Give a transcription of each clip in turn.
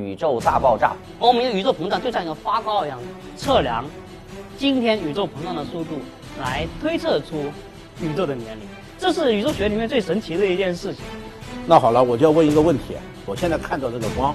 宇宙大爆炸，我们的宇宙膨胀就像一个发糕一样，测量今天宇宙膨胀的速度，来推测出宇宙的年龄。这是宇宙学里面最神奇的一件事情。那好了，我就要问一个问题：我现在看到这个光，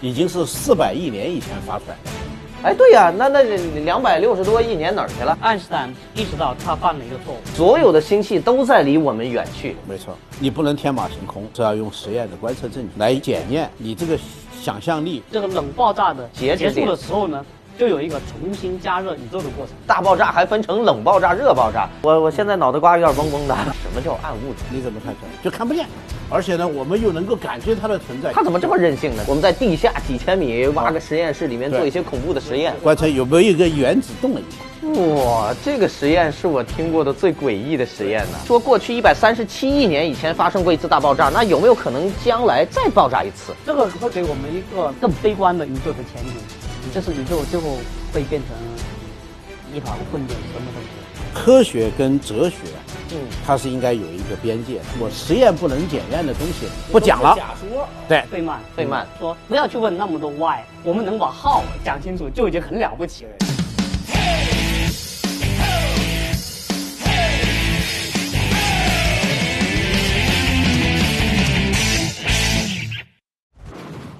已经是四百亿年以前发出来的。哎，对呀、那那两百六十多亿年哪儿去了？爱因斯坦意识到他犯了一个错误，所有的星系都在离我们远去。没错，你不能天马行空，是要用实验的观测证据来检验你这个想象力。这个冷爆炸的截止结点束的时候呢，就有一个重新加热宇宙的过程。大爆炸还分成冷爆炸、热爆炸。我我现在脑袋瓜有点嗡嗡的。什么叫暗物质？你怎么看出来？就看不见，而且呢，我们又能够感觉它的存在。它怎么这么任性呢？我们在地下几千米挖个实验室，里面对做一些恐怖的实验。观察有没有一个原子动了一下？哇，这个实验是我听过的最诡异的实验呢。说过去一百三十七亿年以前发生过一次大爆炸，那有没有可能将来再爆炸一次？这个会给我们一个更悲观的宇宙的前景，就是宇宙最后会变成一团混沌，什么都没有。科学跟哲学，嗯，它是应该有一个边界的。我实验不能检验的东西不讲了。假说，对，费曼，费曼说不要去问那么多 why，我们能把 how 讲清楚就已经很了不起了。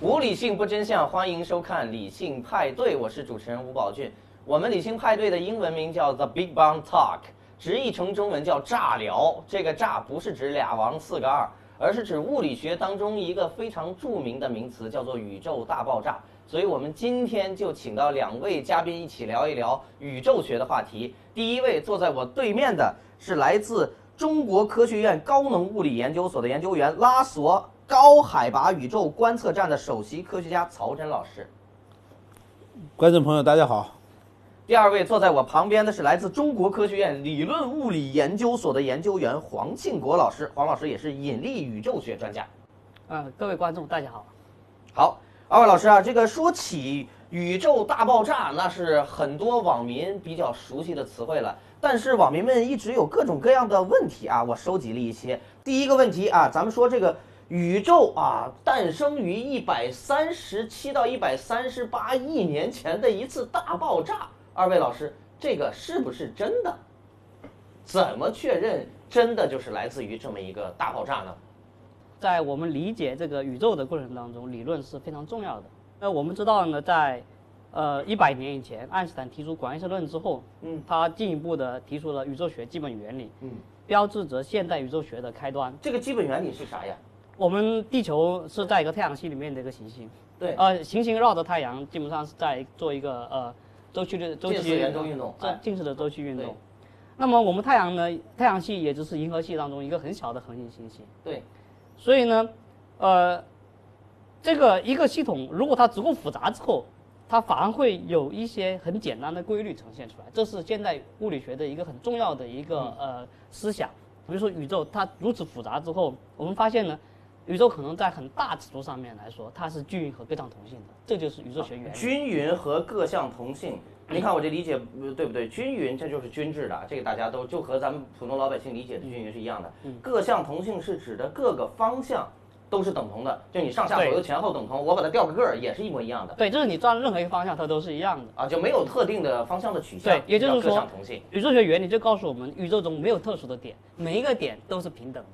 无理性不真相，欢迎收看《理性派对》，我是主持人吴宝俊。我们理性派对的英文名叫 The Big Bang Talk，直译成中文叫“炸聊”。这个“炸”不是指俩王四个二，而是指物理学当中一个非常著名的名词，叫做宇宙大爆炸。所以，我们今天就请到两位嘉宾一起聊一聊宇宙学的话题。第一位坐在我对面的是来自中国科学院高能物理研究所的研究员拉索高海拔宇宙观测站的首席科学家曹真老师。观众朋友，大家好。第二位坐在我旁边的是来自中国科学院理论物理研究所的研究员黄庆国老师，黄老师也是引力宇宙学专家。呃，各位观众大家好，好，二位老师啊，这个说起宇宙大爆炸，那是很多网民比较熟悉的词汇了。但是网民们一直有各种各样的问题啊，我收集了一些。第一个问题啊，咱们说这个宇宙啊，诞生于一百三十七到一百三十八亿年前的一次大爆炸。二位老师，这个是不是真的？怎么确认真的就是来自于这么一个大爆炸呢？在我们理解这个宇宙的过程当中，理论是非常重要的。那我们知道呢，在呃一百年以前，爱因斯坦提出广义相对论之后，嗯，他进一步的提出了宇宙学基本原理，嗯，标志着现代宇宙学的开端。这个基本原理是啥呀？我们地球是在一个太阳系里面的一个行星，对呃，行星绕着太阳基本上是在做一个呃周期的周近期似圆周运动这哎近似的周期运对动。那么我们太阳呢，太阳系也就是银河系当中一个很小的恒星行星，对，所以呢，呃，这个一个系统如果它足够复杂之后，它反而会有一些很简单的规律呈现出来，这是现代物理学的一个很重要的一个、呃思想。比如说宇宙它如此复杂之后，我们发现呢，宇宙可能在很大尺度上面来说，它是均匀和各项同性的，这就是宇宙学原理。均匀和各项同性。你看我这理解呃对不对？均匀这就是均质的，这个大家都就和咱们普通老百姓理解的均匀是一样的。嗯各项同性是指的各个方向都是等同的，就你上下左右对前后等同，我把它调个个儿也是一模一样的对，就是你转任何一个方向，它都是一样的。啊，就没有特定的方向的取向，对也就是叫各说项同性。宇宙学原理就告诉我们，宇宙中没有特殊的点，每一个点都是平等的。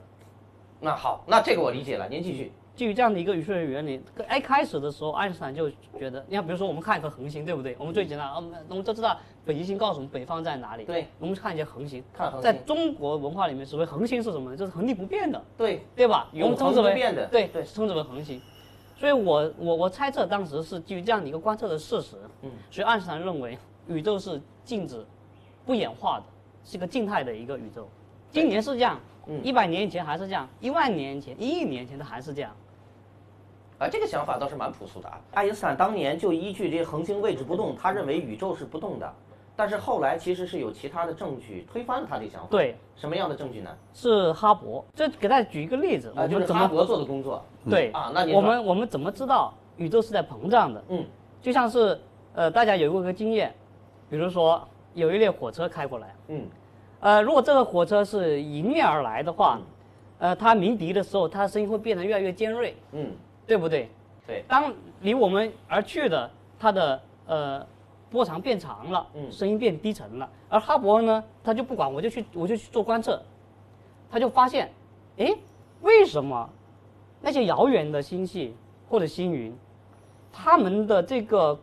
那好，那这个我理解了，您继续。基于这样的一个宇宙学原理，哎，开始的时候，爱因斯坦就觉得，你看，比如说我们看一颗恒星，对不对？我们最简单，我们我们都知道北极星告诉我们北方在哪里。对，我们去看一些恒星，看恒星在中国文化里面，所谓恒星是什么呢？就是恒定不变的，对，对吧？我永们哦恒称不之为变的。对对对，称之为恒星。所以我我我猜测当时是基于这样的一个观测的事实，嗯所以爱因斯坦认为宇宙是静止、不演化的，是一个静态的一个宇宙。今年是这样嗯，一百年以前还是这样，一万年前、一亿年前它还是这样。啊，这个想法倒是蛮朴素的啊。爱因斯坦当年就依据这恒星位置不动，他认为宇宙是不动的。但是后来其实是有其他的证据推翻了他这想法。，对，什么样的证据呢？是哈勃。这给大家举一个例子，啊，我就们是呃怎哈么勃做的工作。对啊那您说我们我们怎么知道宇宙是在膨胀的？嗯，就像是呃，大家有过一个经验，比如说有一列火车开过来，嗯，呃，如果这个火车是迎面而来的话，嗯呃，它鸣笛的时候，它的声音会变得越来越尖锐，嗯，对不对？对。当离我们而去的，它的呃波长变长了，嗯声音变低沉了。而哈勃呢，他就不管，我就去我就去做观测，他就发现，诶，为什么那些遥远的星系或者星云，它们的这个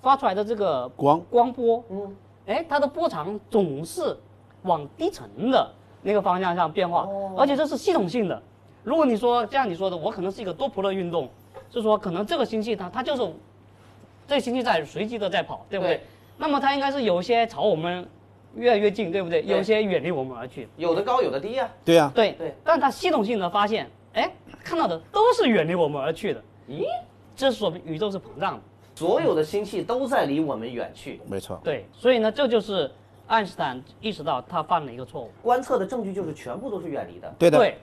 发出来的这个光光波，嗯，哎，它的波长总是往低沉的那个方向上变化，哦而且这是系统性的。如果你说像你说的，我可能是一个多普勒运动，就是说可能这个星系它它就是这个星系在随机的在跑，对不对？对那么它应该是有些朝我们越来越近，对不对？对有些远离我们而去。有的高有的低呀、对啊呀、对对但它系统性的发现，哎，看到的都是远离我们而去的，咦，这说明宇宙是膨胀的。所有的星系都在离我们远去。没错。对，所以呢，这就是爱因斯坦意识到他犯了一个错误。观测的证据就是全部都是远离的。对的，对，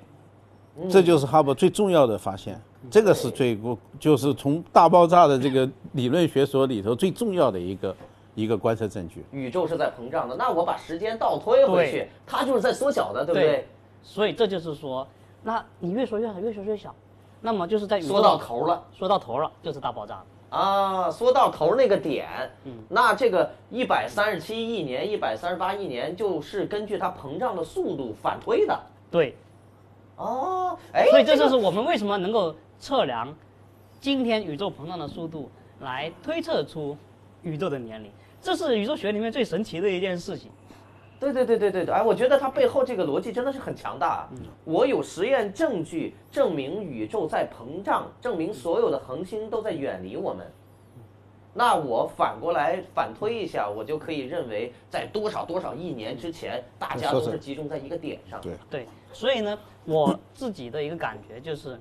这就是哈勃最重要的发现，这个是最就是从大爆炸的这个理论学所里头最重要的一个一个观测证据。宇宙是在膨胀的，那我把时间倒推回去对，它就是在缩小的，对不对？所以这就是说，那你越说越小，越说越小，那么就是在宇宙缩到头了说到头了，就是大爆炸。啊，缩到头那个点，嗯那这个一百三十七亿年、一百三十八亿年，就是根据它膨胀的速度反推的。对，哦，哎，所以这个就是我们为什么能够测量今天宇宙膨胀的速度，来推测出宇宙的年龄。这是宇宙学里面最神奇的一件事情。对对对对对对，哎，我觉得它背后这个逻辑真的是很强大。啊嗯我有实验证据证明宇宙在膨胀，证明所有的恒星都在远离我们。那我反过来反推一下，我就可以认为在多少多少亿年之前，大家都说是是集中在一个点上。对对，所以呢，我自己的一个感觉就是，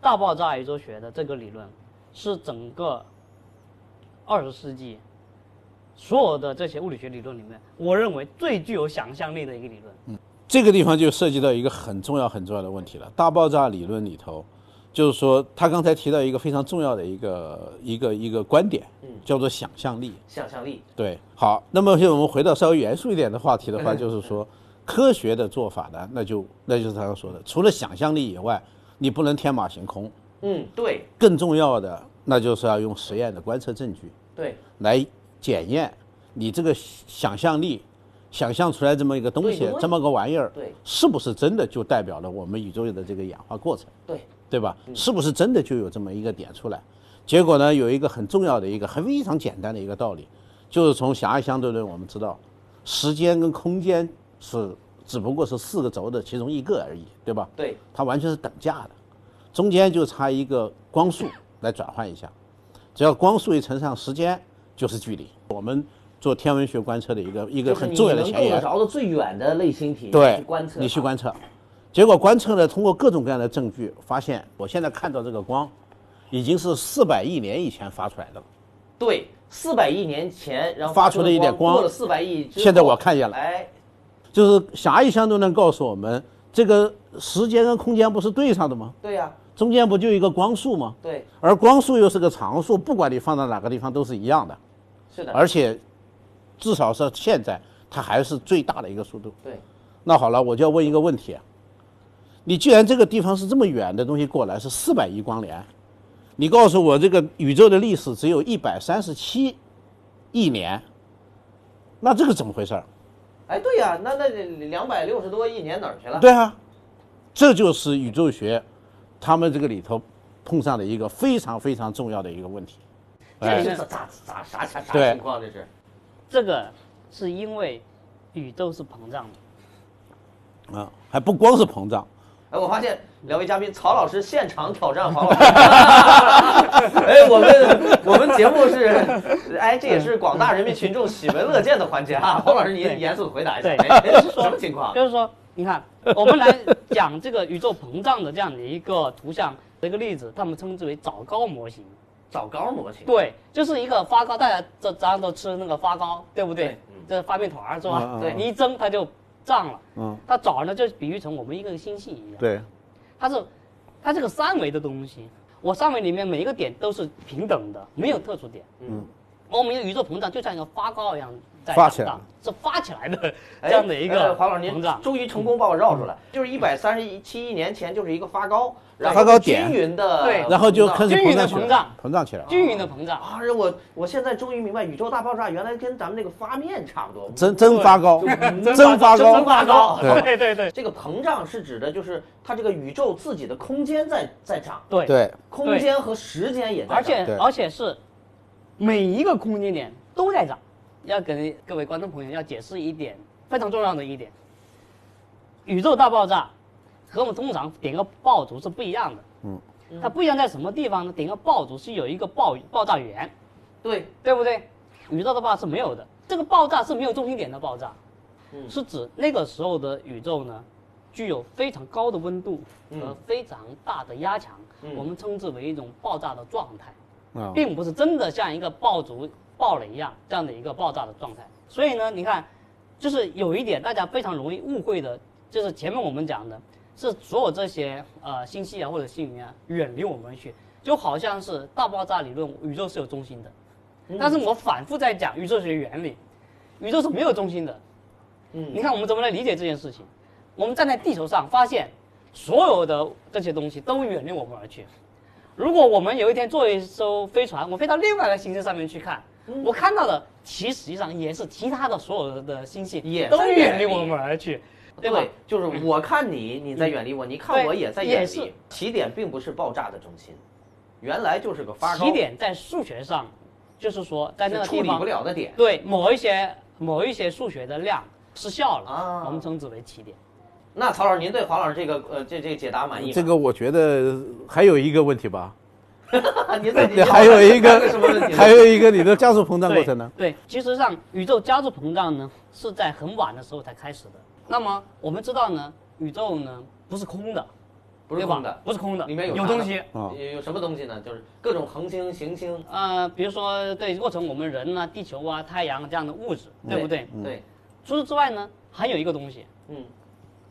大爆炸宇宙学的这个理论，是整个二十世纪所有的这些物理学理论里面，我认为最具有想象力的一个理论。这个地方就涉及到一个很重要很重要的问题了。大爆炸理论里头，就是说他刚才提到一个非常重要的一个一个一个观点，叫做想象力。想象力，对，好，那么现在我们回到稍微严肃一点的话题的话，就是说科学的做法呢，那就那就是他说的，除了想象力以外，你不能天马行空，嗯，对更重要的那就是要用实验的观测证据对，来检验你这个想象力想象出来这么一个东对西对，这么个玩意儿对，是不是真的就代表了我们宇宙的这个演化过程？对，嗯对吧？是不是真的就有这么一个点出来？结果呢，有一个很重要的一个很非常简单的一个道理，就是从狭义相对论我们知道，时间跟空间是只不过是四个轴的其中一个而已，对吧？对，它完全是等价的，中间就差一个光速来转换一下，只要光速一乘上时间就是距离。我们做天文学观测的一个一个就是很你重要的能前够沿得，着的最远的类星体，对，去观测，你去，观测，结果观测呢，通过各种各样的证据，发现我现在看到这个光，已经是四百亿年以前发出来的了。对，四百亿年前，然后发出了一点光过了四百亿之后，现在我看见了哎，就是狭义相对论告诉我们，这个时间跟空间不是对上的吗？对呀、中间不就一个光速吗？对，而光速又是个常数，不管你放到哪个地方都是一样的，是的，而且至少是现在它还是最大的一个速度。对。那好了，我就要问一个问题：啊你既然这个地方是这么远的东西过来，是四百亿光年，你告诉我这个宇宙的历史只有一百三十七亿年，那这个怎么回事儿？哎，对呀、那那两百六十多亿年哪儿去了？对啊，这就是宇宙学他们这个里头碰上的一个非常非常重要的一个问题。这哎是咋咋咋啥啥啥对情况？这是这个是因为宇宙是膨胀的，啊，还不光是膨胀，哎，我发现两位嘉宾曹老师现场挑战 黄老师。哎，我们我们节目是，哎，这也是广大人民群众喜闻乐见的环节啊。黄老师，您对严肃地回答一下，对哎哎是什么情况？就是说，你看，我们来讲这个宇宙膨胀的这样的一个图像的一个例子，他们称之为枣糕模型。枣糕模型。对，就是一个发糕，大家这咱都吃那个发糕，对不对对嗯？这发面团儿是吧嗯？嗯嗯你一蒸它就胀了。嗯，它枣呢，就比喻成我们一个星系一样，对，它是它这个三维的东西，我三维里面每一个点都是平等的，没有特殊点。嗯，而我们的宇宙膨胀就像一个发糕一样在长发起来大了，是发起来的哎这样的一呃个黄老师，膨您胀。嗯终于成功把我绕出来，就是一百三十七亿年前就是一个发糕，然后发糕点均匀的，对然后就哦开始均匀膨地胀起膨来胀，膨胀起来，均匀的膨胀，啊，我我现在终于明白，宇宙大爆炸原来跟咱们那个发面差不多。蒸蒸发糕，蒸发蒸糕，发高，对 对对对这个膨胀是指的就是它这个宇宙自己的空间在在涨，对对，空间和时间也在涨。而且对而且是每一个空间点都在涨。要给各位观众朋友要解释一点非常重要的一点：宇宙大爆炸和我们通常点个爆竹是不一样的。嗯嗯它不一样在什么地方呢？点个爆竹是有一个爆爆炸源，对，对不对？宇宙的爆炸是没有的，这个爆炸是没有中心点的爆炸，嗯是指那个时候的宇宙呢，具有非常高的温度和嗯非常大的压强，嗯呃我们称之为一种爆炸的状态，啊，并不是真的像一个爆竹爆了一样这样的一个爆炸的状态。所以呢，你看，就是有一点大家非常容易误会的，就是前面我们讲的，是所有这些呃星系啊或者星云啊远离我们而去，就好像是大爆炸理论，宇宙是有中心的。但是我反复在讲宇宙学原理，宇宙是没有中心的。嗯你看我们怎么来理解这件事情？我们站在地球上，发现所有的这些东西都远离我们而去。如果我们有一天坐一艘飞船，我飞到另外一个行星上面去看，嗯我看到的其实际上也是其他的所有的星系也都在远离远离我们而去，对对吧？就是我看你，你在远离我；你看我对也在也远是离。起点并不是爆炸的中心，原来就是个发糕，起点在数学上，就是说在那是个处地理方不了的点。对某一些某一些数学的量失效了，啊我们称之为起点。那曹老师，您对黄老师这个呃这这个解答满意吗？这个我觉得还有一个问题吧， 您 在对，还有一还有什么问个题呢，还有一个你的加速膨胀过程呢，对，其实上宇宙加速膨胀呢是在很晚的时候才开始的。那么我们知道呢，宇宙呢不是空的，不是对吧空的，不是空的，里面有有啥呢东西。啊，有有什么东西呢？就是各种恒星、行星，呃，比如说对构成我们人啊、地球啊、太阳这样的物质，嗯对不对？对，除此之外呢，还有一个东西，嗯，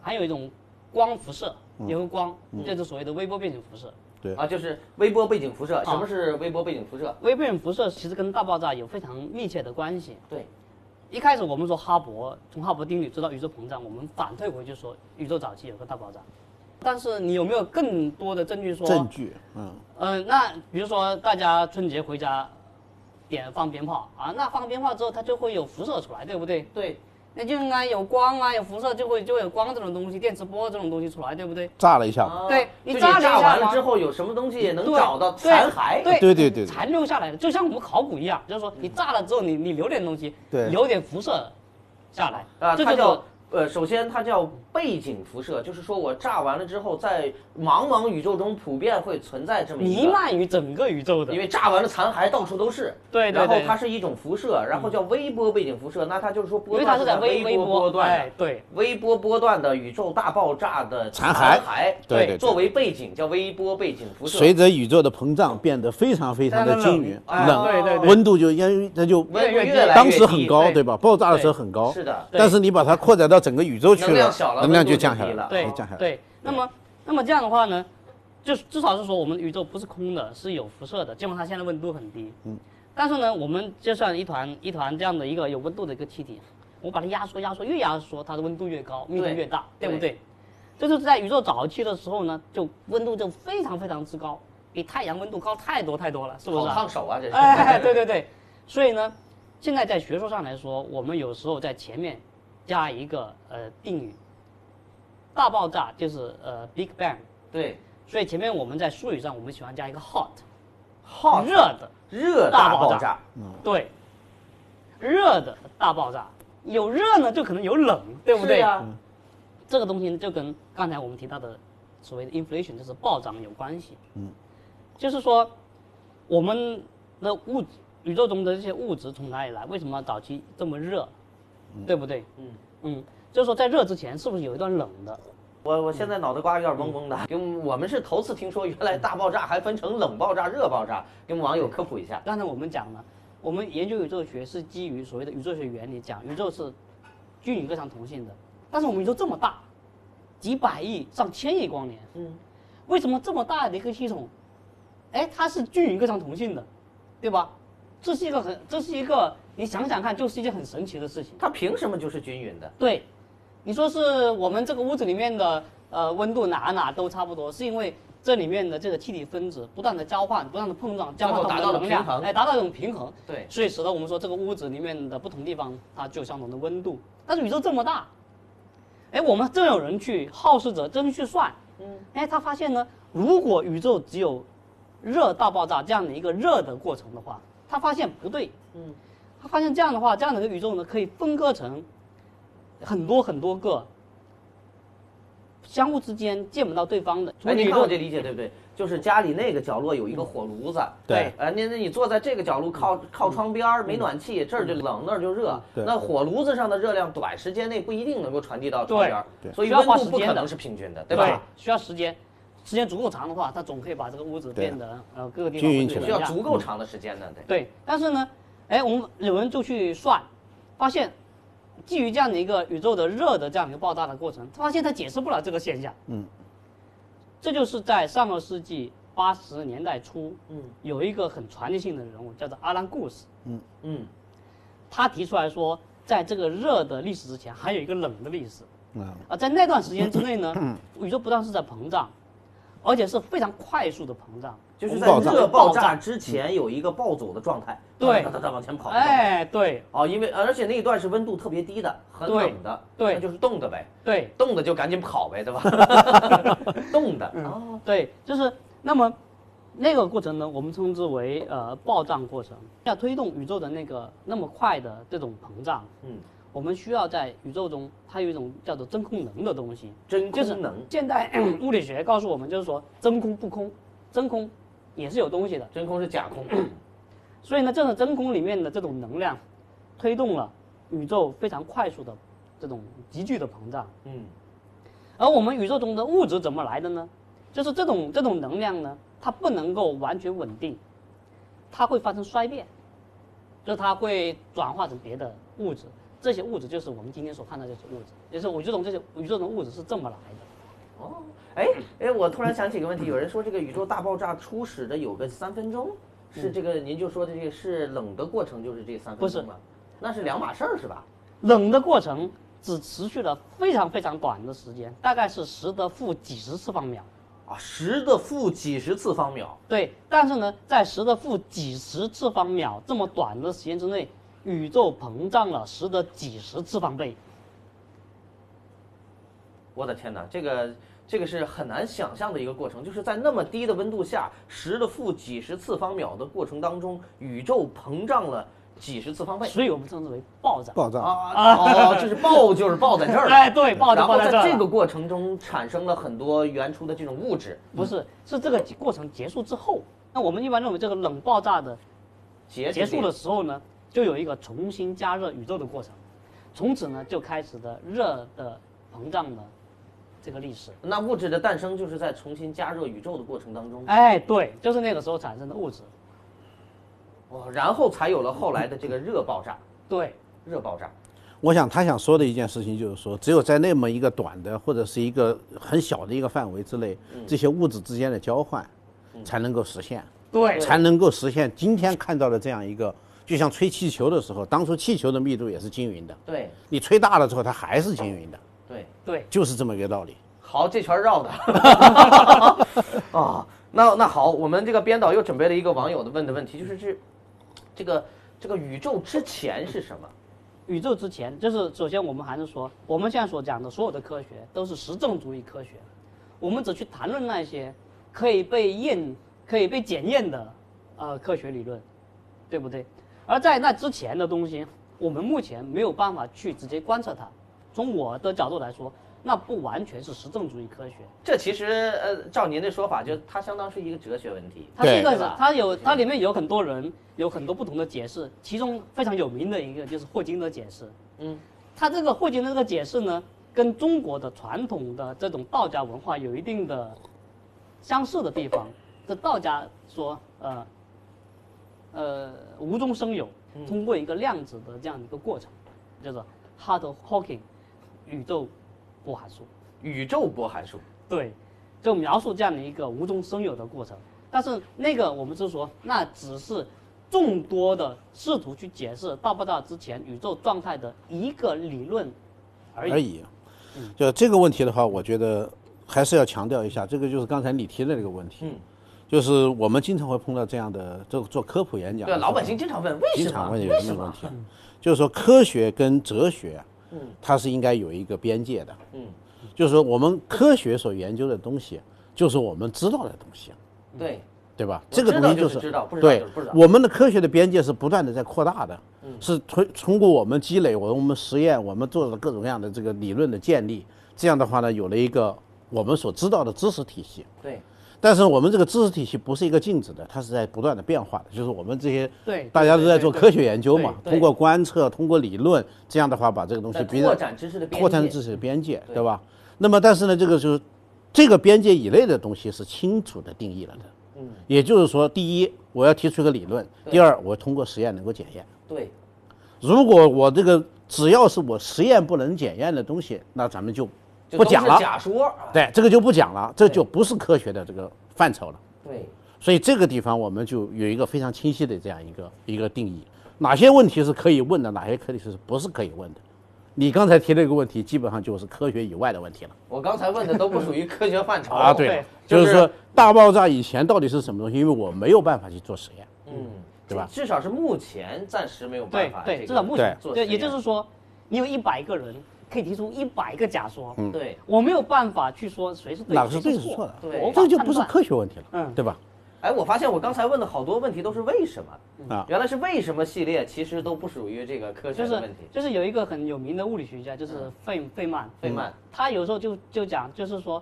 还有一种光辐射，有个光，嗯这就是所谓的微波背景辐射。对啊，就是微波背景辐射。啊什么是微波背景辐射？微波背景辐射其实跟大爆炸有非常密切的关系。对，一开始我们说哈勃，从哈勃定律知道宇宙膨胀，我们反退回去说宇宙早期有个大爆炸。但是你有没有更多的证据说？证据，嗯，嗯、那比如说大家春节回家点放鞭炮啊，那放鞭炮之后它就会有辐射出来，对不对？对，那就应该有光啊，有辐射就会就会有光这种东西，电磁波这种东西出来，对不对？炸了一下，啊对你就你炸了一炸下完了吗之后有什么东西能对找到对残骸？对对对对对残留下来的，就像我们考古一样，就是说你炸了之后你，你留点东西，对留点辐射下来，啊，这它就叫叫呃，首先它叫背景辐射，就是说我炸完了之后，在茫茫宇宙中普遍会存在这么一弥个。漫于整个宇宙的因。为炸完了残骸到处都是，对对然后对嗯它是一种辐射，然后叫微波背景辐射，那它就是说因波为它段是是在微微微波波波段哎的，对微波波段的宇宙大爆炸的残骸骸，对对对，作为背景叫微波背景辐射，随着宇宙的膨胀变得非常非常的均匀，哎冷，对对对，温度就因为它就温度越来越越来越当时很低高，对对吧？爆炸的时候很高，是的，对但是你把它扩展到整个宇宙去能量小了能量就温度就降下低来了对就降下来。对，那么那么这样的话呢，就是至少是说我们宇宙不是空的，是有辐射的，尽管它现在温度很低。嗯。但是呢，我们就像一团一团这样的一个有温度的一个气体，我把它压缩压缩，越压缩它的温度越高，密度对越大，对不对对？这就是在宇宙早期的时候呢，就温度就非常非常之高，比太阳温度高太多太多了，是不是好啊？烫手啊，这是。哎，对对对，所以呢，现在在学术上来说，我们有时候在前面加一个呃定语，大爆炸就是呃 Big Bang，对所以前面我们在术语上我们喜欢加一个 hot， ，hot 热的，热大大爆爆炸炸，对，热的大爆炸，有热呢就可能有冷，对不对？嗯是啊，这个东西呢，就跟刚才我们提到的所谓的 inflation，就是暴涨有关系。嗯，就是说我们的物质宇宙中的这些物质从哪里来？为什么早期这么热？对不对？嗯嗯，就是说在热之前是不是有一段冷的？我我现在脑袋瓜有点嗡嗡嗯的，因为我们是头次听说原来大爆炸还分成冷爆炸、热爆炸，跟网友科普一下。刚才我们讲了，我们研究宇宙学是基于所谓的宇宙学原理讲，宇宙是均匀各项同性的，但是我们宇宙这么大，几百亿、上千亿光年，嗯，为什么这么大的一个系统，哎，它是均匀各项同性的，对吧？这是一个很，这是一个你想想看，就是一件很神奇的事情。它凭什么就是均匀的？对，你说是我们这个屋子里面的呃温度哪哪都差不多，是因为这里面的这个气体分子不断的交换，不断的碰撞，交换它达们到的了能量平衡，哎，达到一种平衡。对，所以使得我们说这个屋子里面的不同地方，它就有相同的温度。但是宇宙这么大，哎，我们真有人去好事者真去算，嗯，哎，他发现呢，如果宇宙只有热到爆炸这样的一个热的过程的话，他发现不对，嗯，他发现这样的话，这样的一个宇宙呢，可以分割成很多很多个。相互之间见不到对方的，哎，你宇看宙我这理解对不对？就是家里那个角落有嗯一个火炉子，对哎，那那你坐在这个角落靠靠窗边儿没嗯暖气，这儿就冷那儿就热，对那火炉子上的热量短时间内不一定能够传递到窗边儿对，对所以需要温花度时不间可的能是平均的，对吧？需要时间，时间足够长的话，它总可以把这个屋子对变得呃各个地方均温匀度起来一需要样足够长的时间的，对。对，但是呢，哎，我们有人就去算，发现基于这样的一个宇宙的热的这样一个爆炸的过程，他发现他解释不了这个现象。嗯，这就是在上个世纪八十年代初，嗯有一个很传奇性的人物叫做阿兰故事，嗯，他提出来说，在这个热的历史之前，还有一个冷的历史。嗯，啊，在那段时间之内呢，宇宙不但是在膨胀，而且是非常快速的膨胀。就是在爆炸热爆炸之前有一个暴走的状态，嗯对哒哒哒哒往前跑。哎，对哦，因为而且那一段是温度特别低的，很对冷的，对那就是冻的呗，对，冻的就赶紧跑呗，对吧？ 冻的，嗯哦，对，就是那么那个过程呢，我们称之为呃暴胀过程。要推动宇宙的那个那么快的这种膨胀，嗯，我们需要在宇宙中它有一种叫做真空能的东西。真就是空能，现代物理学告诉我们，就是说真空不空，真空也是有东西的。真空是假空，嗯所以呢，这种真空里面的这种能量，推动了宇宙非常快速的这种急剧的膨胀。 嗯，而我们宇宙中的物质怎么来的呢？就是这种这种能量呢，它不能够完全稳定，它会发生衰变，就是它会转化成别的物质。这些物质就是我们今天所看到的这些物质，就是宇宙中这些宇宙中的物质是这么来的。哦，哎哎，我突然想起一个问题，有人说这个宇宙大爆炸初始的有个三分钟，是这个您就说的这个是冷的过程，就是这三分嗯不是钟吗？那是两码事儿是吧？冷的过程只持续了非常非常短的时间，大概是十的负几十次方秒。啊，十的负几十次方秒，对，但是呢，在十的负几十次方秒这么短的时间之内，宇宙膨胀了十的几十次方倍。我的天哪，这个这个是很难想象的一个过程，就是在那么低的温度下，十的负几十次方秒的过程当中，宇宙膨胀了几十次方倍。所以我们称之为暴涨。爆炸。啊哦，就是爆就是爆在这儿了， 哎，对，暴然涨后暴在在这儿了这个过程中产生了很多原初的这种物质不是，是这个过程结束之后，那我们一般认为这个冷爆炸的结结束了的时候呢，就有一个重新加热宇宙的过程，从此呢就开始的热的膨胀的这个历史。那物质的诞生就是在重新加热宇宙的过程当中，哎，对，就是那个时候产生的物质。哦，然后才有了后来的这个热爆炸，对，热爆炸。我想他想说的一件事情就是说，只有在那么一个短的或者是一个很小的一个范围之内，这些物质之间的交换才能够实现，对才能够实现今天看到的这样一个，就像吹气球的时候，当初气球的密度也是均匀的，对你吹大了之后它还是均匀的，对，对，就是这么一个道理。好，这圈绕的。 啊，那那好，我们这个编导又准备了一个网友的问的问题，就是这这个这个宇宙之前是什么？宇宙之前，就是首先我们还是说，我们现在所讲的所有的科学都是实证主义科学，我们只去谈论那些可以被验、可以被检验的呃科学理论，对不对？而在那之前的东西，我们目前没有办法去直接观测它。从我的角度来说，那不完全是实证主义科学，这其实呃，照您的说法，就它相当是一个哲学问题。它是一对对个吧，它有它里面有很多人有很多不同的解释，其中非常有名的一个就是霍金的解释。嗯，他这个霍金的这个解释呢，跟中国的传统的这种道家文化有一定的相似的地方。这道家说，呃，呃，无中生有，嗯通过一个量子的这样一个过程，叫做 Hard Hawking 宇宙波函数。宇宙波函数。对，就描述这样的一个无中生有的过程。但是那个我们就说，那只是众多的试图去解释大爆炸之前宇宙状态的一个理论而已。而已。就这个问题的话，我觉得还是要强调一下，这个就是刚才你提的那个问题，嗯就是我们经常会碰到这样的，做做科普演讲的对，时候，老百姓经常问为 经什么？常会有为这什么个问么？题，啊就是说科学跟哲学，啊嗯它是应该有一个边界的，嗯，就是说我们科学所研究的东西，就是我们知道的东西，对，对吧？我这个知东道西就是知道不知道对就是不知道嗯我们的科学的边界是不断的在扩大的，是通通过我们积累，我们实验，我们做了各种各样的这个理论的建立，这样的话呢，有了一个我们所知道的知识体系。对，但是我们这个知识体系不是一个静止的，它是在不断的变化的。就是我们这些对大家都在做科学研究嘛对，对通过观测，通过理论，这样的话把这个东西在比拓展知识的边拓展界知识的边界，对对吧？那么但是呢，这个就是这个边界以内的东西是清楚的定义了的。嗯，也就是说，第一，我要提出一个理论；对第二，我通过实验能够检验。对，如果我这个只要是我实验不能检验的东西，那咱们就就不都讲是了。假说啊，对，这个就不讲了，这对就不是科学的这个范畴了。对，所以这个地方我们就有一个非常清晰的这样一个一个定义，哪些问题是可以问的，哪些课题是不是可以问的。你刚才提了一个问题，基本上就是科学以外的问题了我刚才问的都不属于科学范畴嗯啊。对了哦对，就就是是说大爆炸以前到底是什么东西？因为我没有办法去做实验。嗯，对吧至少是目前暂时没有对办法这个做实验，对，至少目前，做对，也就是说，你有一百个人可以提出一百个假说，嗯对我没有办法去说谁是对，哪个是谁对是是错的？对我无法这就不是判断科学问题了，嗯对吧？哎，我发现我刚才问的好多问题都是为什么啊原来是为什么系列，其实都不属于这个科学就的是问题。嗯就是有一个很有名的物理学家，就是费费曼，费嗯曼他有时候就就讲，就是说，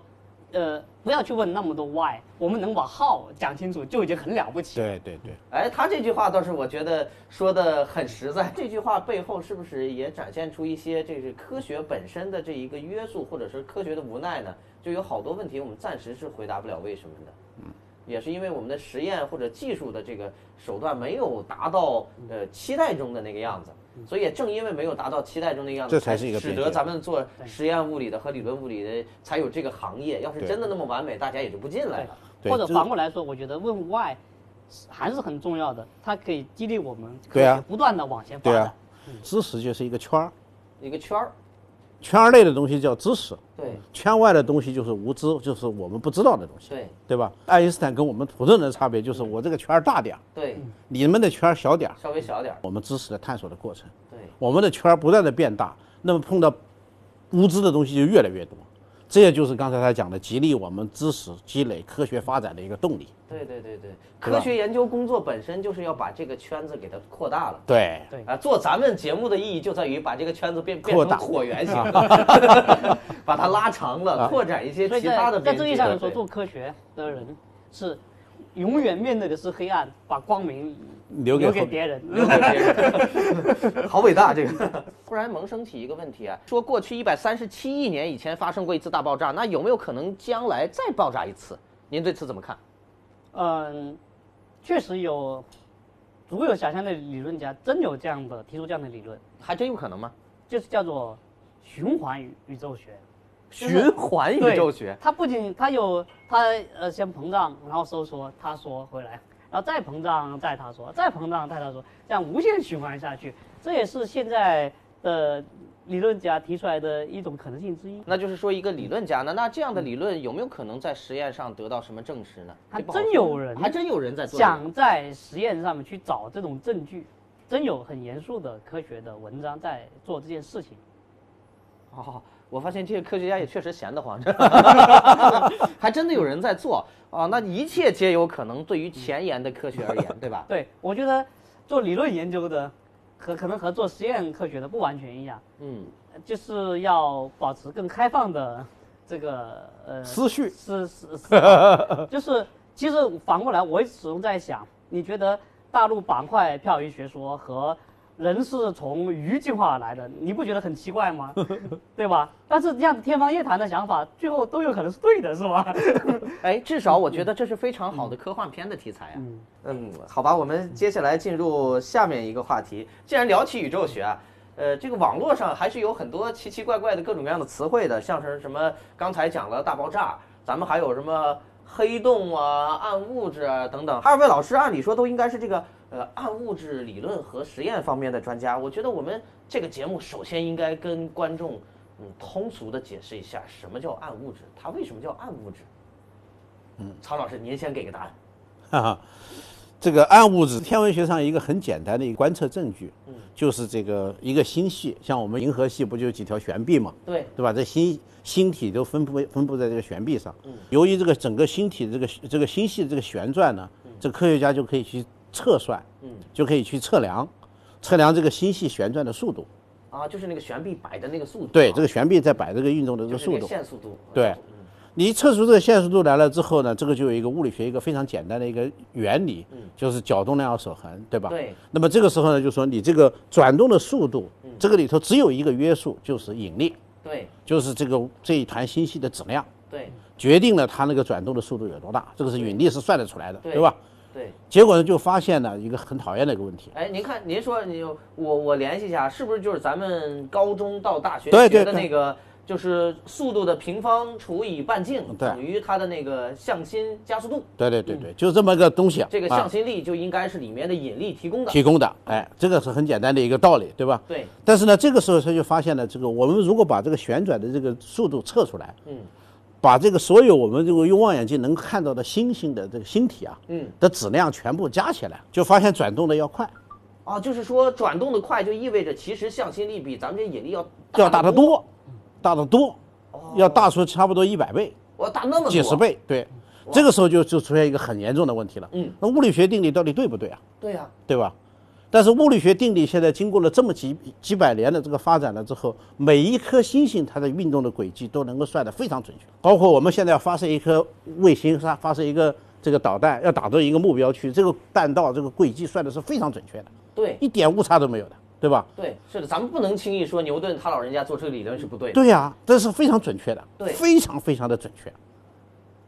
呃，不要去问那么多 why，我们能把 how 讲清楚就已经很了不起了。对对对。哎，他这句话倒是我觉得说的很实在。这句话背后是不是也展现出一些这是科学本身的这一个约束，或者是科学的无奈呢？就有好多问题我们暂时是回答不了为什么的。嗯嗯也是因为我们的实验或者技术的这个手段没有达到呃期待中的那个样子，所以也正因为没有达到期待中的样子，嗯这才是一个使边得界咱们做实验物理的和理论物理的才有这个行业。要是对真的那么完美，大家也就不进来了。对或者这反过来说，我觉得问 why 是还是很重要的，它可以激励我们科对啊学不断的往前发对展。啊，知识就是一个圈儿，一个圈儿，圈儿内的东西叫知识，对圈外的东西就是无知，就是我们不知道的东西，对对吧？爱因斯坦跟我们普通人的差别就是我这个圈儿大点儿，对，你们的圈儿小点儿。稍微小点儿，我们知识的探索的过程，对。我们的圈儿不断的变大，那么碰到无知的东西就越来越多，这也就是刚才他讲的激励我们知识积累、科学发展的一个动力。对对对对，对科吧学研究工作本身就是要把这个圈子给它扩大了。对，对啊，做咱们节目的意义就在于把这个圈子变变扩成大椭圆 形， 把它拉长了，拓展一些所以其他的在在边界。这个意义上来说，对做科学的人是永远面对的是黑暗，把光明留给留后给面别人。好伟大这 个。突然萌生起一个问题啊，说过去一百三十七亿年以前发生过一次大爆炸，那有没有可能将来再爆炸一次？您对此怎么看？嗯，确实有足够有想象力的理论家真有这样的提出这样的理论，还真有可能吗？就是叫做循环宇宇宙学。就是循环宇宙学，它不仅它有它呃先膨胀，然后收缩，他说回来，然后再膨胀，再他说，再膨胀，再他说，这样无限循环下去。这也是现在的理论家提出来的一种可能性之一。那就是说一个理嗯论家呢，那这样的理论有没有可能在实验上得到什么证实呢？还这不好说真有人还真有人在做这个。想在实验上面去找这种证据，真有很严肃的科学的文章在做这件事情。哦，我发现这些科学嗯家也确实闲得慌，还真的有人在做啊、那一切皆有可能，对嗯于前沿的科学而言，对吧？对，我觉得做理论研究的和可能和做实验科学的不完全一样，嗯，呃就是要保持更开放 的这个呃思绪是是是， 就是其实反过来，我始终在想，你觉得大陆板块漂移学说和人是从鱼进化而来的，你不觉得很奇怪 吗？对吧？但是这样天方夜谭的想法，最后都有可能是对的，是 吧？ 哎，至少我觉得这是非常好的科幻片的题材啊。嗯嗯，好吧，我们接下来进入下面一个话题。既然聊起宇宙学啊，呃，这个网络上还是有很多奇奇怪怪的各种各样的词汇的，像是什么刚才讲了大爆炸，咱们还啊有什么黑洞啊、暗物质啊等等。二位老师按理说都应该是这个呃暗物质理论和实验方面的专家，我觉得我们这个节目首先应该跟观众嗯通俗的解释一下什么叫暗物质，它为什么叫暗物质。嗯，曹老师，您先给个答案。哈哈，这个暗物质，天文学上一个很简单的一个观测证据，嗯就是这个一个星系，像我们银河系不就有几条悬臂嘛，对，对吧？这星星体都分布分布在这个悬臂上。嗯由于这个整个星体这个这个星系这个旋转呢，嗯这科学家就可以去测算，就可以去测量，测量这个星系旋转的速度。啊，就是那个悬臂摆的那个速度啊。对，这个悬臂在摆这个运动的这就个是速那度个。线嗯速度。啊对你测出这个线速度来了之后呢，这个就有一个物理学一个非常简单的一个原理，就是角动量要守恒，对嗯吧？对。那么这个时候呢，就说你这个转动的速度，嗯这个里头只有一个约束，就是引力，对就是这个这一团星系的质量对决定了它那个转动的速度有多大，这个是引力是算得出来的，对对吧？对。结果呢，就发现了一个很讨厌的一个问题，哎，您看，您说你我我联系一下，是不是就是咱们高中到大学对学对的对那个，就是速度的平方除以半径对等于它的那个向心加速度，对对对对，就这么个东西啊，嗯这个啊向心力就应该是里面的引力提供的。提供的，哎，这个是很简单的一个道理，对吧？对，但是呢，这个时候他就发现了，这个我们如果把这个旋转的这个速度测出来，嗯，把这个所有我们这个用望远镜能看到的星星的这个星体啊，嗯，的质量全部加起来，就发现转动的要快，啊，就是说转动的快，就意味着其实向心力比咱们这引力要要大得得。哦多，大得多，要大出差不多一百倍、我大那么多几十。倍，对。这个时候就就出现一个很严重的问题了，嗯，那物理学定理到底对不对啊？对呀、对吧？但是物理学定理现在经过了这么几几百年的这个发展了之后，每一颗星星它的运动的轨迹都能够算得非常准确，包括我们现在要发射一颗卫星，发发射一个这个导弹，要打到一个目标区，这个弹道这个轨迹算的是非常准确的，对一点误差都没有的，对吧？对，是的，咱们不能轻易说牛顿他老人家做出的理论是不对的。对呀、这是非常准确的对，非常非常的准确。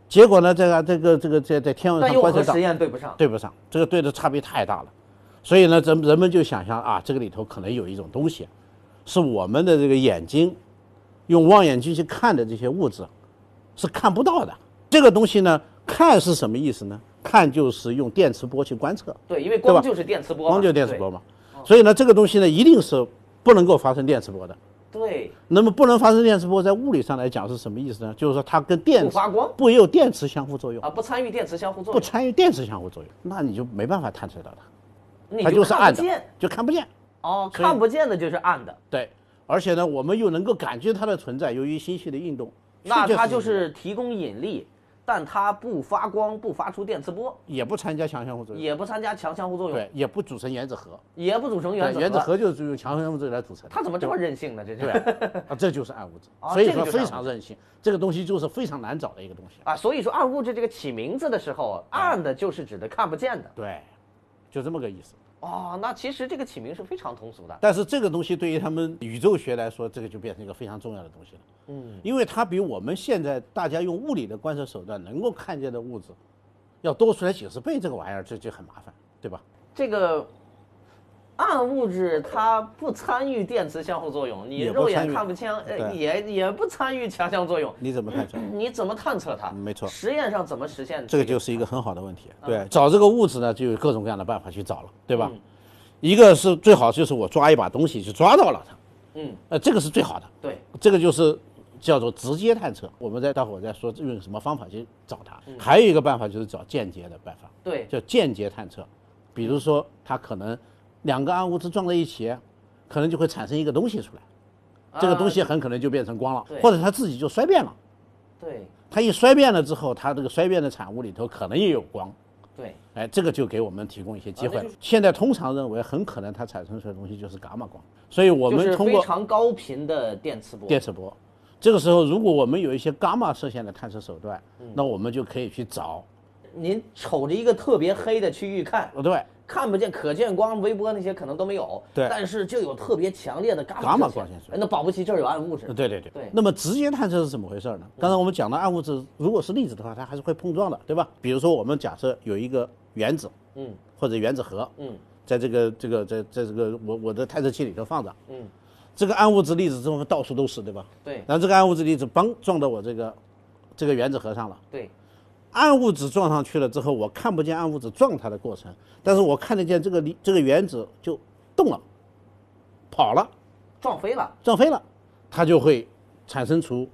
结果呢，这个这个这个在在天文但上又观和测到实，验对不上。对不上，这个对的差别太大了，所以呢，人人们就想象啊，这个里头可能有一种东西，是我们的这个眼睛用望远镜去看的这些物质，是看不到的。这个东西呢，看是什么意思呢？看就是用电磁波去观测，对，因为对光吧就是电磁波嘛。光就是电磁波嘛。所以呢，这个东西呢，一定是不能够发生电磁波的。对。那么不能发生电磁波，在物理上来讲是什么意思呢？就是说它跟电不磁发光不有电磁相互作用，啊，不参与电磁相互作不用，参与电磁相互作用，那你就没办法探测到它。你它就是看暗不的见，就看不见。哦，所以看不见的就是暗的，对，而且呢，我们又能够感觉它的存在，由于星系的运动，那确确它实实就是提供引力，但它不发光，不发出电磁波，也不参加强相互作用，也不参加强相互作用，对，也不组成原子核，也不组成对原子原子核就是用强相互作用来组成的。它怎么这么任性呢？这是对吧？啊，这就是暗物质啊，所以这个说就是非暗常任性，这个东西就是非常难找的一个东西。啊，所以说暗物质这个起名字的时候，暗的就是指的看不见的对，就这么个意思。哦。那其实这个起名是非常通俗的，但是这个东西对于他们宇宙学来说，这个就变成一个非常重要的东西了。嗯，因为它比我们现在大家用物理的观测手段能够看见的物质，要多出来几十倍，这个玩意儿这就很麻烦，对吧？这个。暗物质它不参与电磁相互作用，你也不肉眼参与看不清，呃，对也也不参与强相作用，你怎么看出来？你怎么探测它？嗯没错实验上怎么实现？这个就是一个很好的问题。嗯对，找这个物质呢，就有各种各样的办法去找了，对吧？一个是最好就是我抓一把东西去抓到了它，嗯，呃，这个是最好的，对，这个就是叫做直接探测。我们再待会儿再说用什么方法去找它。嗯还有一个办法就是找间接的办法，对叫间接探测。比如说，它可能两个暗物质撞在一起，可能就会产生一个东西出来，这个东西很可能就变成光了啊对，或者它自己就衰变了。对它一衰变了之后，它这个衰变的产物里头可能也有光，对，哎，这个就给我们提供一些机啊会那了就。现在通常认为很可能它产生出来的东西就是伽马光，所以我就们是通非过常高频的电磁波。电磁波，这个时候如果我们有一些伽马射线的探测手段，嗯那我们就可以去找，您瞅着一个特别黑的区域看，哦对，看不见，可见光、微波那些可能都没有，对但是就有特别强烈的伽伽马射光线是哎那保不齐这儿有暗物质呃。对对对对那么直接探测是怎么回事呢？刚才我们讲了，暗物质如果是粒子的话，它还是会碰撞的，对吧？比如说我们假设有一个原子，嗯，或者原子核，嗯，在这个这个在在这个我我的探测器里头放着，嗯，这个暗物质粒子这么到处都是，对吧？对然后这个暗物质粒子邦撞到我这个这个原子核上了，对暗物质撞上去了之后，我看不见暗物质撞它的过程，但是我看得见这个离这个原子就动了，跑了，撞飞了。撞飞了，它就会产生出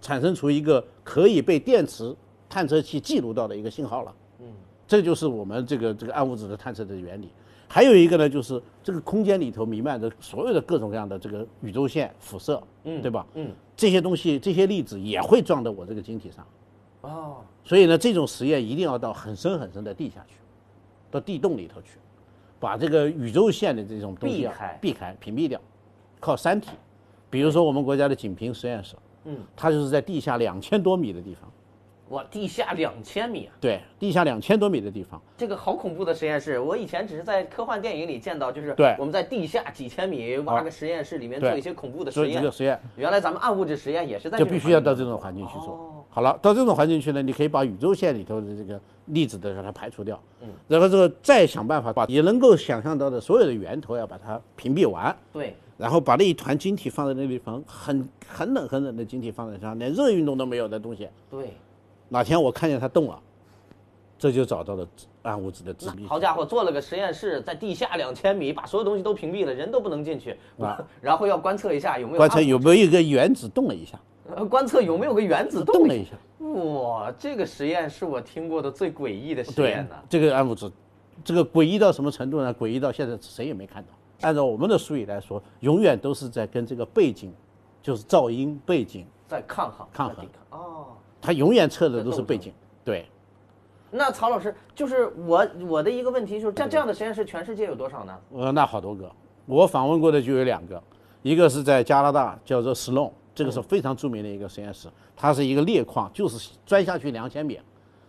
产生出一个可以被电池探测器记录到的一个信号了。嗯，这就是我们这个这个暗物质的探测的原理。还有一个呢，就是这个空间里头弥漫着所有的各种各样的这个宇宙线辐射，嗯对吧？嗯，这些东西这些粒子也会撞到我这个晶体上，哦，所以呢，这种实验一定要到很深很深的地下去，到地洞里头去，把这个宇宙线的这种东西要避开避开、屏蔽掉，靠山体。比如说我们国家的锦屏实验室，嗯，它就是在地下两千多米的地方，哇，地下两千米啊！对，地下两千多米的地方，这个好恐怖的实验室，我以前只是在科幻电影里见到，就是对我们在地下几千米挖个实验室，里面对做一些恐怖的所实以这验个。实验原来咱们暗物质实验也是在就这种必须要环境到这种环境去哦做。好了，到这种环境去呢，你可以把宇宙线里头的这个粒子的让它排除掉，嗯然后之后再想办法把你能够想象到的所有的源头要把它屏蔽完，对，然后把那一团晶体放在那地方，很很冷很冷的晶体放在上，连热运动都没有的东西，对，哪天我看见它动了，这就找到了暗物质的致密好家伙，做了个实验室，在地下两千米，把所有东西都屏蔽了，人都不能进去，啊然后要观测一下有没有观察暗有没有一个原子动了一下，呃观测有没有个原子动动了力。一下，哇，这个实验是我听过的最诡异的实对验呢、，这个暗物质，这个诡异到什么程度呢？诡异到现在谁也没看到。按照我们的术语来说，永远都是在跟这个背景，就是噪音背景，在抗衡，抗在衡抵抗哦。它永远测的都是背景。对，那曹老师，就是我我的一个问题就是，像这样的实验室，全世界有多少呢？呃，那好多个，我访问过的就有两个，一个是在加拿大叫做 Sloan，这嗯个是非常著名的一个实验室，它是一个裂矿，就是钻下去两千米，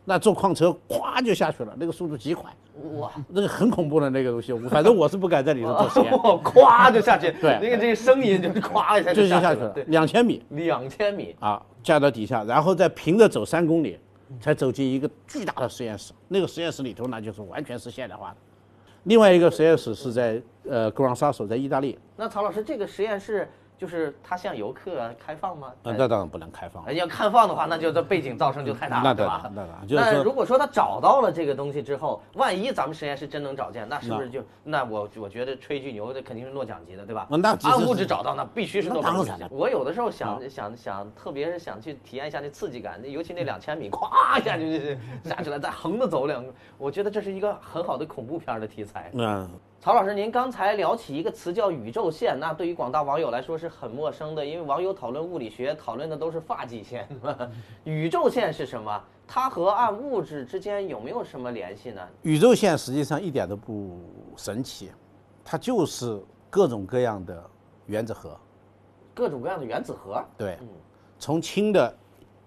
那坐矿车咵就下去了，那个速度极快，哇，那个很恐怖的那个东西，反正我是不敢在里头做实 验，我咵就下去，对那个这个声音就是咵一下就就是下下去了对，，两千米。两千米，啊，架到底下，然后再平着走三公里，嗯才走进一个巨大的实验室。那个实验室里头呢，就是完全是现代化的。另外一个实验室是在呃格朗萨索，在意大利，那曹老师，这个实验室就是它向游客开放吗？呃，那当然不能开放哎，，要开放的话，那就这背景噪声就太大了，那对当吧然，？那当然，就是那说如果说他找到了这个东西之后，万一咱们实验室真能找见，那是不是就那我我觉得吹一句牛的肯定是诺奖级的，对吧？嗯那只是暗物质找到那必须是诺奖那当啊级然了我有的时候想想想，特别是想去体验一下那刺激感，尤嗯其那两千米，咵一下就是下去了，再横着走两个，我觉得这是一个很好的恐怖片的题材。嗯，曹老师，您刚才聊起一个词叫宇宙线，那对于广大网友来说是很陌生的，因为网友讨论物理学讨论的都是发际线。嗯 宇宙线是什么？它和暗物质之间有没有什么联系呢？宇宙线实际上一点都不神奇，它就是各种各样的原子核。各种各样的原子核，对，从氢的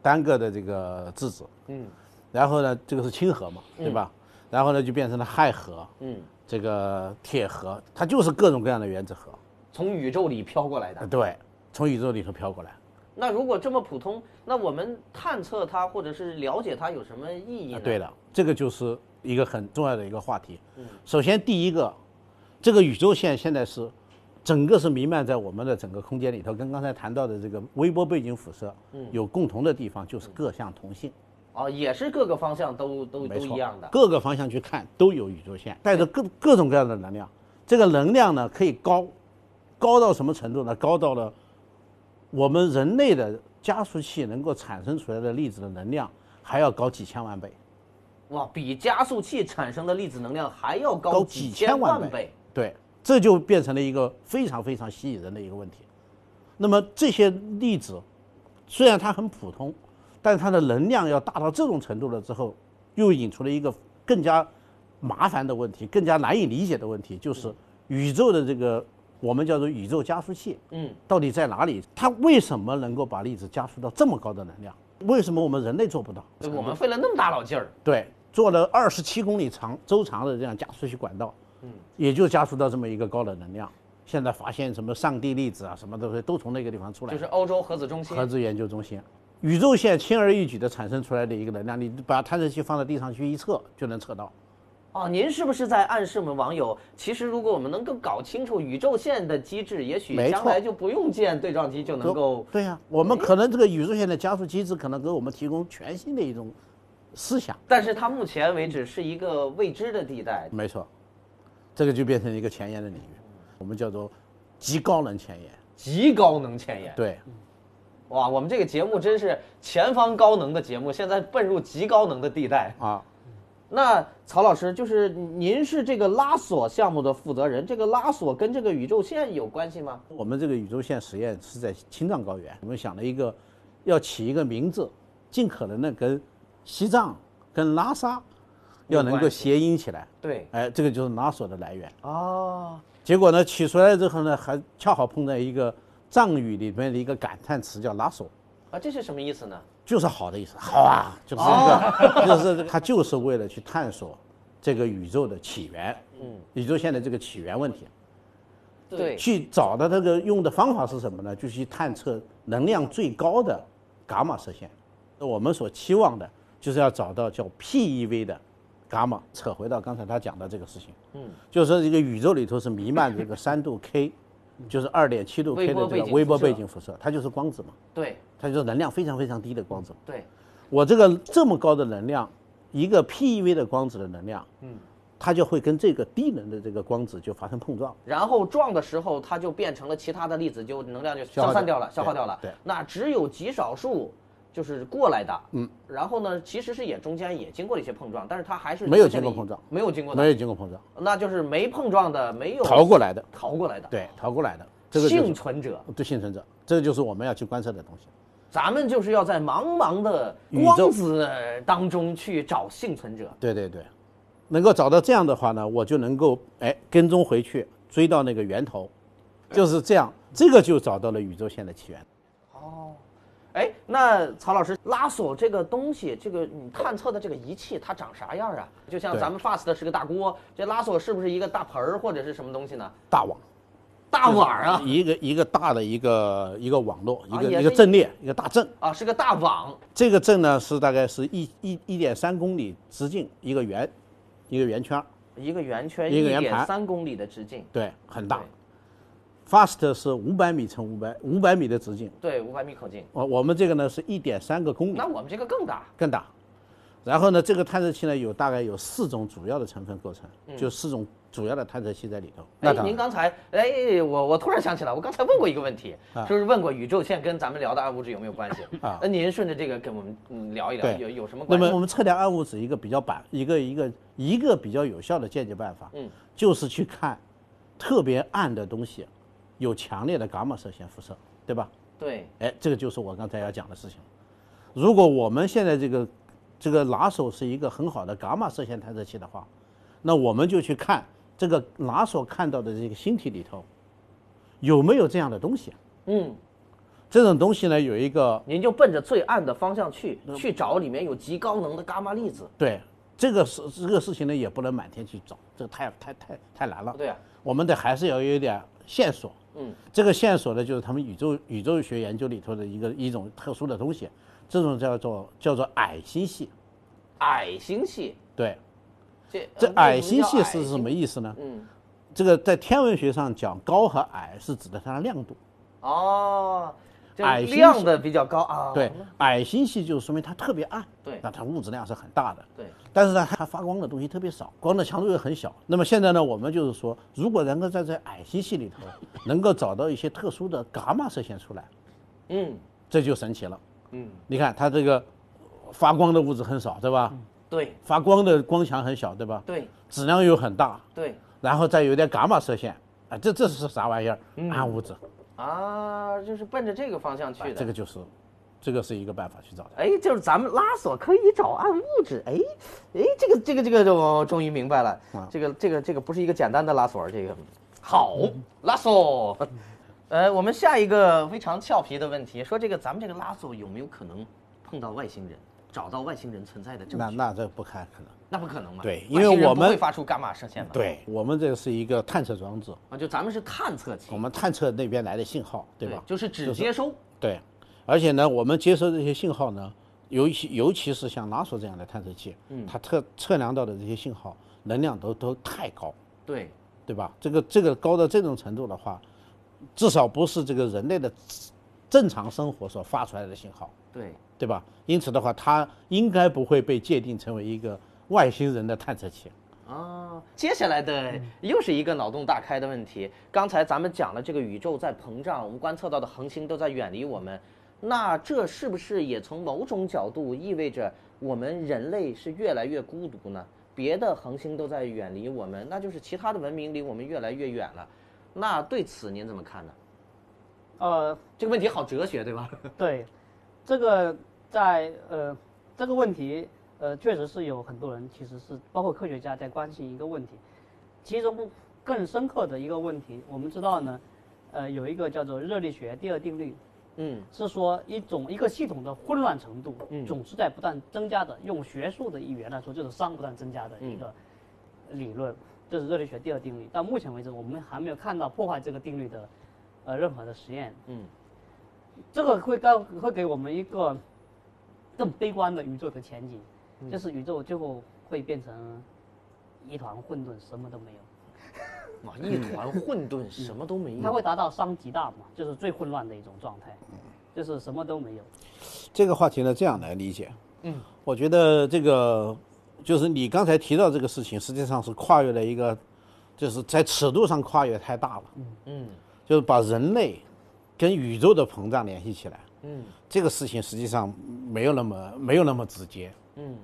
单个的这个质子，嗯然后呢，这个是氢核嘛，对吧？然后呢，就变成了氦核，嗯，这个铁核，它就是各种各样的原子核，从宇宙里飘过来的呃。对，从宇宙里头飘过来。那如果这么普通，那我们探测它或者是了解它有什么意义啊呢？对的，这个就是一个很重要的一个话题嗯。首先，第一个，这个宇宙线现在是整个是弥漫在我们的整个空间里头，跟刚才谈到的这个微波背景辐射嗯有共同的地方，就是各项同性。啊，也是各个方向都都都没错一样的。各个方向去看都有宇宙线，带着各各种各样的能量。这个能量呢，可以高，高到什么程度呢？高到了我们人类的加速器能够产生出来的粒子的能量还要高几千万倍，哇，比加速器产生的粒子能量还要高高几几千千万万倍倍。对，这就变成了一个非常非常吸引人的一个问题。那么这些粒子虽然它很普通，但它的能量要大到这种程度了之后，又引出了一个更加麻烦的问题，更加难以理解的问题，就是宇宙的这个我们叫做宇宙加速器嗯，到底在哪里？它为什么能够把粒子加速到这么高的能量？为什么我们人类做不到？对我们费了那么大老劲儿，对，做了二十七公里长周长的这样加速器管道，嗯，也就加速到这么一个高的能量。现在发现什么上帝粒子啊，什么东西都从那个地方出来，就是欧洲核子中心核子研究中心。宇宙线轻而易举地产生出来的一个能量，你把探测器放到地上去一测就能测到。哦，您是不是在暗示我们网友？其实如果我们能够搞清楚宇宙线的机制，也许没错将来就不用建对撞机就能够啊对呀、我们可能这个宇宙线的加速机制可能给我们提供全新的一种思想。但是它目前为止是一个未知的地带。没错，这个就变成一个前沿的领域，我们叫做极高能前沿。极高能前沿，对，哇，我们这个节目真是前方高能的节目，现在奔入极高能的地带。啊，那曹老师，就是您是这个拉索项目的负责人，这个拉索跟这个宇宙线有关系吗？我们这个宇宙线实验是在青藏高原，我们想了一个，要起一个名字，尽可能的跟西藏、跟拉萨，要能够谐音起来。对，哎，这个就是拉索的来源。哦，结果呢，取出来之后呢，还恰好碰到一个藏语里面的一个感叹词，叫拉索。啊，这是什么意思呢？就是好的意思，好啊，就是一个， 就是他就是为了去探索这个宇宙的起源，嗯，宇宙线的这个起源问题，对，去找的那个用的方法是什么呢？就是去探测能量最高的伽马射线。那我们所期望的就是要找到叫 PEV 的伽马。扯回到刚才他讲的这个事情，嗯，就是说这个宇宙里头是弥漫着一个三度 K，就是二点七度 K 的这微波背个景辐射嗯微波背景辐射，它就是光子嘛，对，它就是能量非常非常低的光子。对，我这个这么高的能量，一个 PeV 的光子的能量，嗯，它就会跟这个低能的这个光子就发生碰撞。然后撞的时候，它就变成了其他的粒子，就能量就消耗消散掉掉了，消耗对掉了。对那只有极少数就是过来的，嗯，然后呢，其实是也中间也经过了一些碰撞，但是它还是没有出现了经过碰撞一，没有经过的没，有经过碰撞，那就是没碰撞的，没有逃过来的，逃过来的，对，逃过来的，这个就幸是存者。对幸存者，这个就是我们要去观测的东西。咱们就是要在茫茫的宇光宙子当中去找幸存者。对对对，能够找到这样的话呢，我就能够哎跟踪回去，追到那个源头，就是这样，这个就找到了宇宙线的起源。哎，那曹老师，拉索这个东西，这个你探测的这个仪器，它长啥样啊？就像对咱们 FAST 是个大锅，这拉索是不是一个大盆儿或者是什么东西呢？大网，大碗儿啊，一个一个大的一个一个网络，一啊个也一个是阵列，一个大阵。啊，是个大网。这个镇呢是大概是一一一点三公里直径，一个圆，一个圆圈儿，一个圆圈，一个圆点盘三公里的直径，对，很大对。 Fast 是五百米乘五百五百米的直径，对，五百米口径。我我们这个呢是一点三个公里那，我们这个更大，更大。然后呢，这个探测器呢有大概有四种主要的成分构成，就四种主要的探测器在里头。嗯哎那，当您然，刚才，哎，我我突然想起来，我刚才问过一个问题，就是问过宇宙线跟咱们聊的暗物质有没有关系？啊那您顺着这个跟我们嗯聊一聊，对有有什么那关么系我？们测量暗物质一个比较板，一个一个一个比较有效的间接办法，嗯，就是去看特别暗的东西，有强烈的伽马射线辐射，对吧？对，哎，这个就是我刚才要讲的事情。如果我们现在这个这个拿手是一个很好的伽马射线探测器的话，那我们就去看这个拿手看到的这个星体里头有没有这样的东西。啊嗯，这种东西呢，有一个您就奔着最暗的方向去，去找里面有极高能的伽马粒子。对这个事这个事情呢，也不能满天去找，这个太太太太难了。对啊，我们得还是要有一点线索。嗯，这个线索呢，就是他们宇宙宇宙学研究里头的一个一种特殊的东西，这种叫做叫做矮星系。矮星系，对，这这呃矮为什星么系叫是矮什么意思呢？嗯，这个在天文学上讲，高和矮是指的它的亮度。哦，就矮星亮系的比较高啊。对，啊矮星系就说明它特别暗，对那它物质量是很大的。对，但是呢，它发光的东西特别少，光的强度又很小。那么现在呢，我们就是说，如果能够在这矮星系里头能够找到一些特殊的伽马射线出来，嗯这就神奇了。嗯，你看它这个发光的物质很少，对吧？对发光的光强很小，对吧？对质量又很大，对然后再有点伽马射线，啊，这这是啥玩意儿？暗物质。哎啊，就是奔着这个方向去这的。个就是，这个是一个办法去找的。哎，就是咱们拉索可以找暗物质。哎，哎，这个这个这个，就我终于明白了。啊这个这个这个不是一个简单的拉索，这个好拉 索。呃，我们下一个非常俏皮的问题，说这个咱们这个拉索有没有可能碰到外星人，找到外星人存在的证据？那那这不看可能。那不可能嘛？对外因为星人我不们会发出伽马射线嘛。对我们这是一个探测装置，啊，就咱们是探测器我，们探测那边来的信号，对吧？就是只接收。对，而且呢，我们接收这些信号呢，尤其尤其是像拉索这样的探测器，它测测量到的这些信号能量都都太高，对，对吧？这个这个高到这种程度的话，至少不是这个人类的正常生活所发出来的信号，对，对吧？因此的话，它应该不会被界定成为一个外星人的探测器。啊，接下来的又是一个脑洞大开的问题。刚才咱们讲了这个宇宙在膨胀，我们观测到的恒星都在远离我们，那这是不是也从某种角度意味着我们人类是越来越孤独呢？别的恒星都在远离我们，那就是其他的文明离我们越来越远了。那对此您怎么看呢？呃，这个问题好哲学，对吧？ 对，这个在呃这个问题呃确实是有很多人其实是包括科学家在关心一个问题，其中更深刻的一个问题，我们知道呢，呃有一个叫做热力学第二定律，嗯，是说一种一个系统的混乱程度嗯总是在不断增加的。用学术的语言来说，就是熵不断增加的一个理论，这是热力学第二定律。到目前为止，我们还没有看到破坏这个定律的呃任何的实验。嗯，这个会告会给我们一个更悲观的宇宙的前景，就是宇宙最后会变成一团混沌，什么都没有。哇，一团混沌，什么都没它有。会达到熵极大嘛，就是最混乱的一种状态，就是什么都没有。这个话题呢，这样来理解。嗯，我觉得这个就是你刚才提到这个事情，实际上是跨越了一个，就是在尺度上跨越太大了。嗯就是把人类跟宇宙的膨胀联系起来，嗯这个事情实际上没有那么没有那么直接。嗯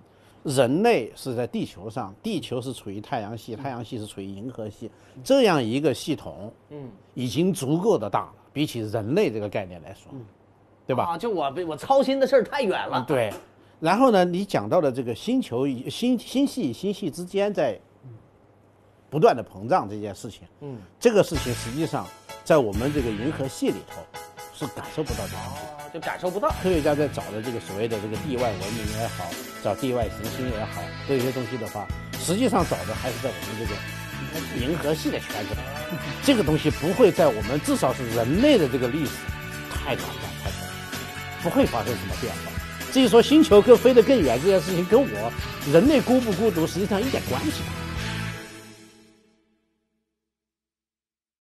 人类是在地球上，地球是处于太阳系，太阳系是处于银河系，这样一个系统嗯，已经足够的大了，比起人类这个概念来说，对吧？嗯啊，就我被我操心的事儿太远了。嗯对。然后呢，你讲到了这个星球与星星系与星系之间在不断的膨胀这件事情，嗯，这个事情实际上在我们这个银河系里头是感受不到的。哦，就感受不到。科学家在找的这个所谓的这个地外文明也好，找地外行星也好，这些东西的话，实际上找的还是在我们这个银河系的圈子里。这个东西不会在我们至少是人类的这个历史太短暂太短，不会发生什么变化。至于说星球跟飞得更远这件事情，跟我人类孤不孤独实际上一点关系都没有。